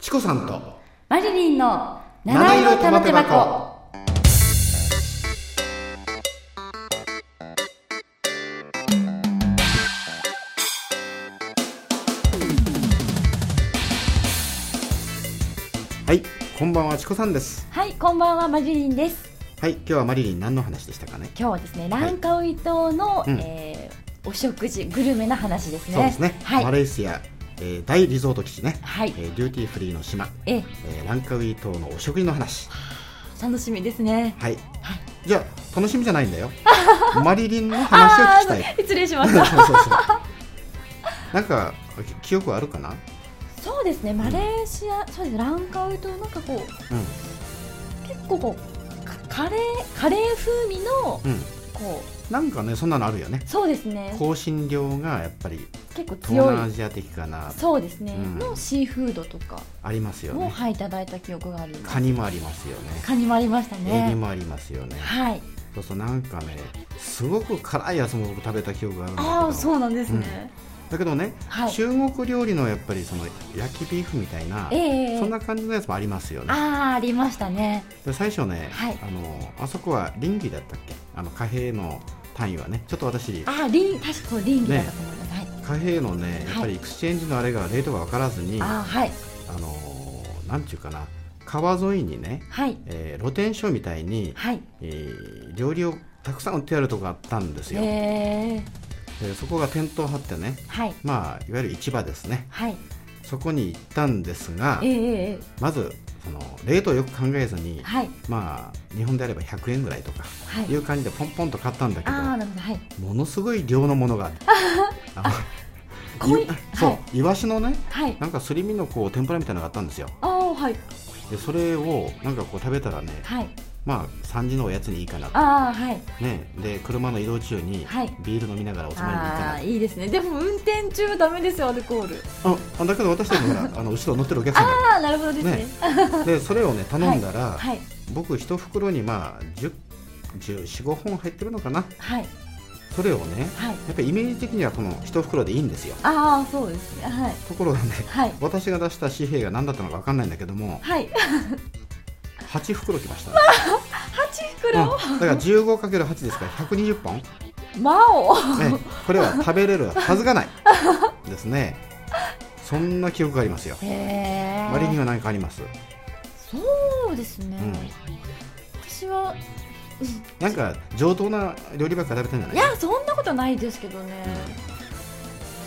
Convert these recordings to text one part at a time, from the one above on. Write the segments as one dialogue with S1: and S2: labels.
S1: チコさんと
S2: マリリンの七色玉手箱。
S1: はいこんばんはチコさんです
S2: はい、こんばんはマリリンです。
S1: はい今日はマリリン何の話でしたかね
S2: 今日はですね、ランカウイ島の、
S1: うん
S2: えーお食事グルメな話ですね。
S1: そうですね、
S2: は
S1: マ
S2: い。
S1: レーシア、えー大リゾート基地ね、
S2: はい
S1: えーデューティーフリーの島、
S2: えー、
S1: えーランカウイ島のお食事の話
S2: 楽しみですね。
S1: はい
S2: はい
S1: じゃあ楽しみじゃないんだ よマリリンの話を聞きたい
S2: ー失礼しま
S1: そう
S2: した。
S1: そうそうなんかき記憶あるかな
S2: そうですね、マレーシア、そうです、ランカウイ島なんかこう
S1: う
S2: 結構こうかカレーカレー風味の
S1: んうん
S2: こ
S1: なんかねそんなのあるよね
S2: うそうですね。
S1: 香辛料がやっぱり
S2: 結構
S1: 東
S2: 強
S1: 南ア
S2: い。
S1: ジア的かな
S2: そうですね、
S1: うん
S2: のシーフードとか
S1: ありますよ
S2: も、
S1: ね
S2: はい、いただいた記憶があります。
S1: カニもありますよね
S2: カニもありました
S1: エビ
S2: ね。
S1: もありますよね
S2: はい。
S1: そうそうなんかねすごく辛いやつも僕食べた記憶があるんだけど
S2: ああ、そうなんですね。
S1: だけどね、
S2: はい。
S1: 中国料理のやっぱりその焼きビーフみたいな、
S2: ええ
S1: そんな感じのやつもありますよね
S2: ああ、ありましたね。
S1: で最初ね、
S2: はい
S1: あのあそこは林義だったっけあの貨幣の単位はねちょっと私
S2: ああ、リン、確かこれリンギだったと思います。はい。
S1: 貨幣のねやっぱりエクスチェンジのあれがレートが分からずに、
S2: ああ、はい。
S1: あのーなんていうかな川沿いにね、
S2: はい。
S1: えー露天商みたいに、
S2: はい。
S1: えー料理をたくさん売ってあるとこがあったんです
S2: え
S1: よ、
S2: え
S1: でそこが店頭張ってね
S2: はい。
S1: まあいわゆる市場ですね
S2: はい。
S1: そこに行ったんですが
S2: ええ
S1: まずそのレートをよく考えずに
S2: はい。
S1: まあ日本であれば100円ぐらいとか
S2: はい
S1: い。う感じでポンポンと買ったんだけど
S2: ああ、なるほど。はい。
S1: ものすごい量のものがある あの
S2: 濃い
S1: いそう、、
S2: はい
S1: わしのね
S2: はい。
S1: なんかすり身のこう天ぷらみたいなのがあったんですよ
S2: ああ、はい。
S1: でそれをなんかこう食べたらね
S2: はい。
S1: まあ3時のおやつにいいかな
S2: ああ、はい。
S1: ねで車の移動中に
S2: はい
S1: ビール飲みながらおつまみにいいかな
S2: ああ、いいですね。でも運転中ダメですよ、アルコール。
S1: ああだけど私たちもほらあの後ろ乗ってるお客さんだ
S2: ああ、なるほどですね。
S1: ねからでそれをね頼んだら、
S2: はい。
S1: 僕一袋にまあ10 1415本入ってるのかな
S2: はい。
S1: それをね
S2: はい。
S1: やっぱりイメージ的にはこの一袋でいいんですよ
S2: ああ、そうですね。はい。
S1: ところがね
S2: はい。
S1: 私が出した紙幣が何だったのか分かんないんだけども
S2: はい。
S1: 8袋きました、う
S2: 八
S1: ん、
S2: 袋
S1: だ。から 15×8 ですから120本、ね、
S2: マオ。
S1: これは食べれるはずがないですねそんな記憶がありますよ
S2: へえ。
S1: 割には何かあります、
S2: そうですね。
S1: うん、
S2: 私は
S1: なんか上等な料理ばっか食べてんじゃない
S2: いやそんなことないですけどね、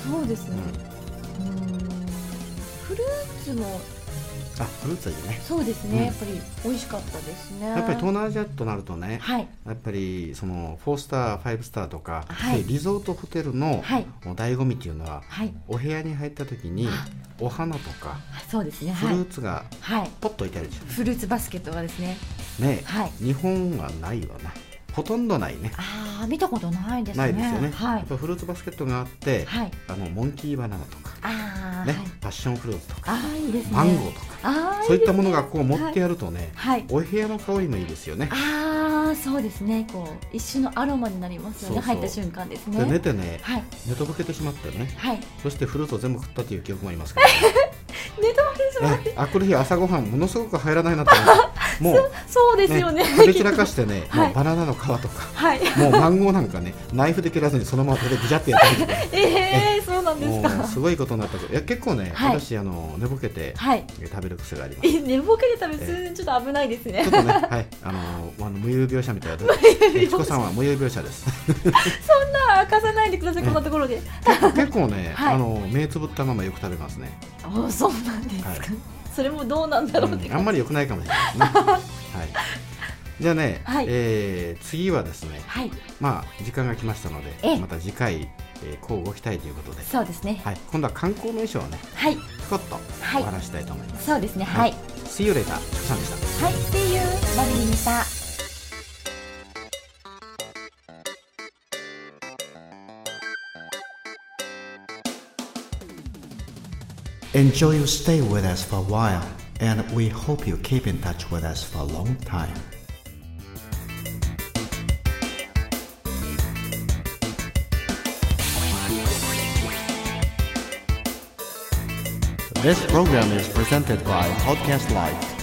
S2: そうですね、うん、フルーツも
S1: あフルーツはいいね
S2: そうですね、
S1: うん
S2: やっぱり美味しかったですね
S1: やっぱり東南アジアとなるとね
S2: はい
S1: やっぱりその4スター5スターとか、
S2: はい
S1: リゾートホテルの
S2: はい
S1: 醍醐味っていうのは
S2: はい
S1: お部屋に入った時に
S2: あ
S1: お花とか
S2: あそうですね
S1: フ
S2: は
S1: ル
S2: い、
S1: ーツが
S2: はい、
S1: ポッと置いてあるじゃん、
S2: フルーツバスケットはですね
S1: ね
S2: はい
S1: 日本はないわなほとんどないね
S2: ああ見たことないですね
S1: ないですよね、
S2: は
S1: や
S2: い
S1: っぱフルーツバスケットがあって、
S2: はい
S1: あのモンキーバナナとか、
S2: ああ、
S1: ね
S2: はい、
S1: パッションフルーツとか
S2: ああいいですね
S1: マンゴーとか、
S2: ああ
S1: そういったものがこう持ってやるとね、
S2: はい
S1: お部屋の香りもいいですよね
S2: ああそうですねこう一種のアロマになりますよね
S1: そうそう
S2: 入った瞬間ですね
S1: で寝てね
S2: はい
S1: 寝とぼけてしまってね
S2: はい
S1: そしてフルーツを全部食ったという記憶もありますから、
S2: 寝たわけじゃない
S1: えあくる日朝ごはんものすごく入らないなと思って もう
S2: そうですよね。
S1: 食べ散らかして ね、
S2: はい
S1: もうバナナの皮とか
S2: はい。
S1: もうマンゴーなんかねナイフで切らずにそのまま手でぐちゃってやったりとか
S2: ええそうなんです
S1: もう
S2: か。
S1: すごいことになったけどいや結構ね、
S2: はい
S1: 私あの寝ぼけて
S2: はい。
S1: え食べる癖があります
S2: え寝ぼけで食べるちょっと危ないです
S1: ちょ
S2: ね
S1: っ。とねはいあのあの無遊病者みたいなえチコさんは無遊病者です
S2: あ明かさないでください
S1: ええ
S2: こんなところで。
S1: 結構ね、
S2: はい
S1: あの目つぶったままよく食べますね、
S2: あそうなんですか
S1: はい。
S2: それもどうなんだろうって
S1: うんあんまり良くないかもしれないですね はいじゃあね、
S2: はい
S1: えー次はですね
S2: はい。
S1: まあ時間が来ましたの
S2: え
S1: で
S2: え
S1: また次回、えー、こうご期待ということで、
S2: そうですね。
S1: はい、今度は観光名所をね
S2: はい。
S1: ちょこっと
S2: はい
S1: お話ししたいと思います、
S2: そうですね。はい。
S1: See you later チコさんでした
S2: はい。っていうマリリンでした。
S3: Enjoy your stay with us for a while, and we hope you keep in touch with us for a long time.
S1: This program is presented by Podcast Life.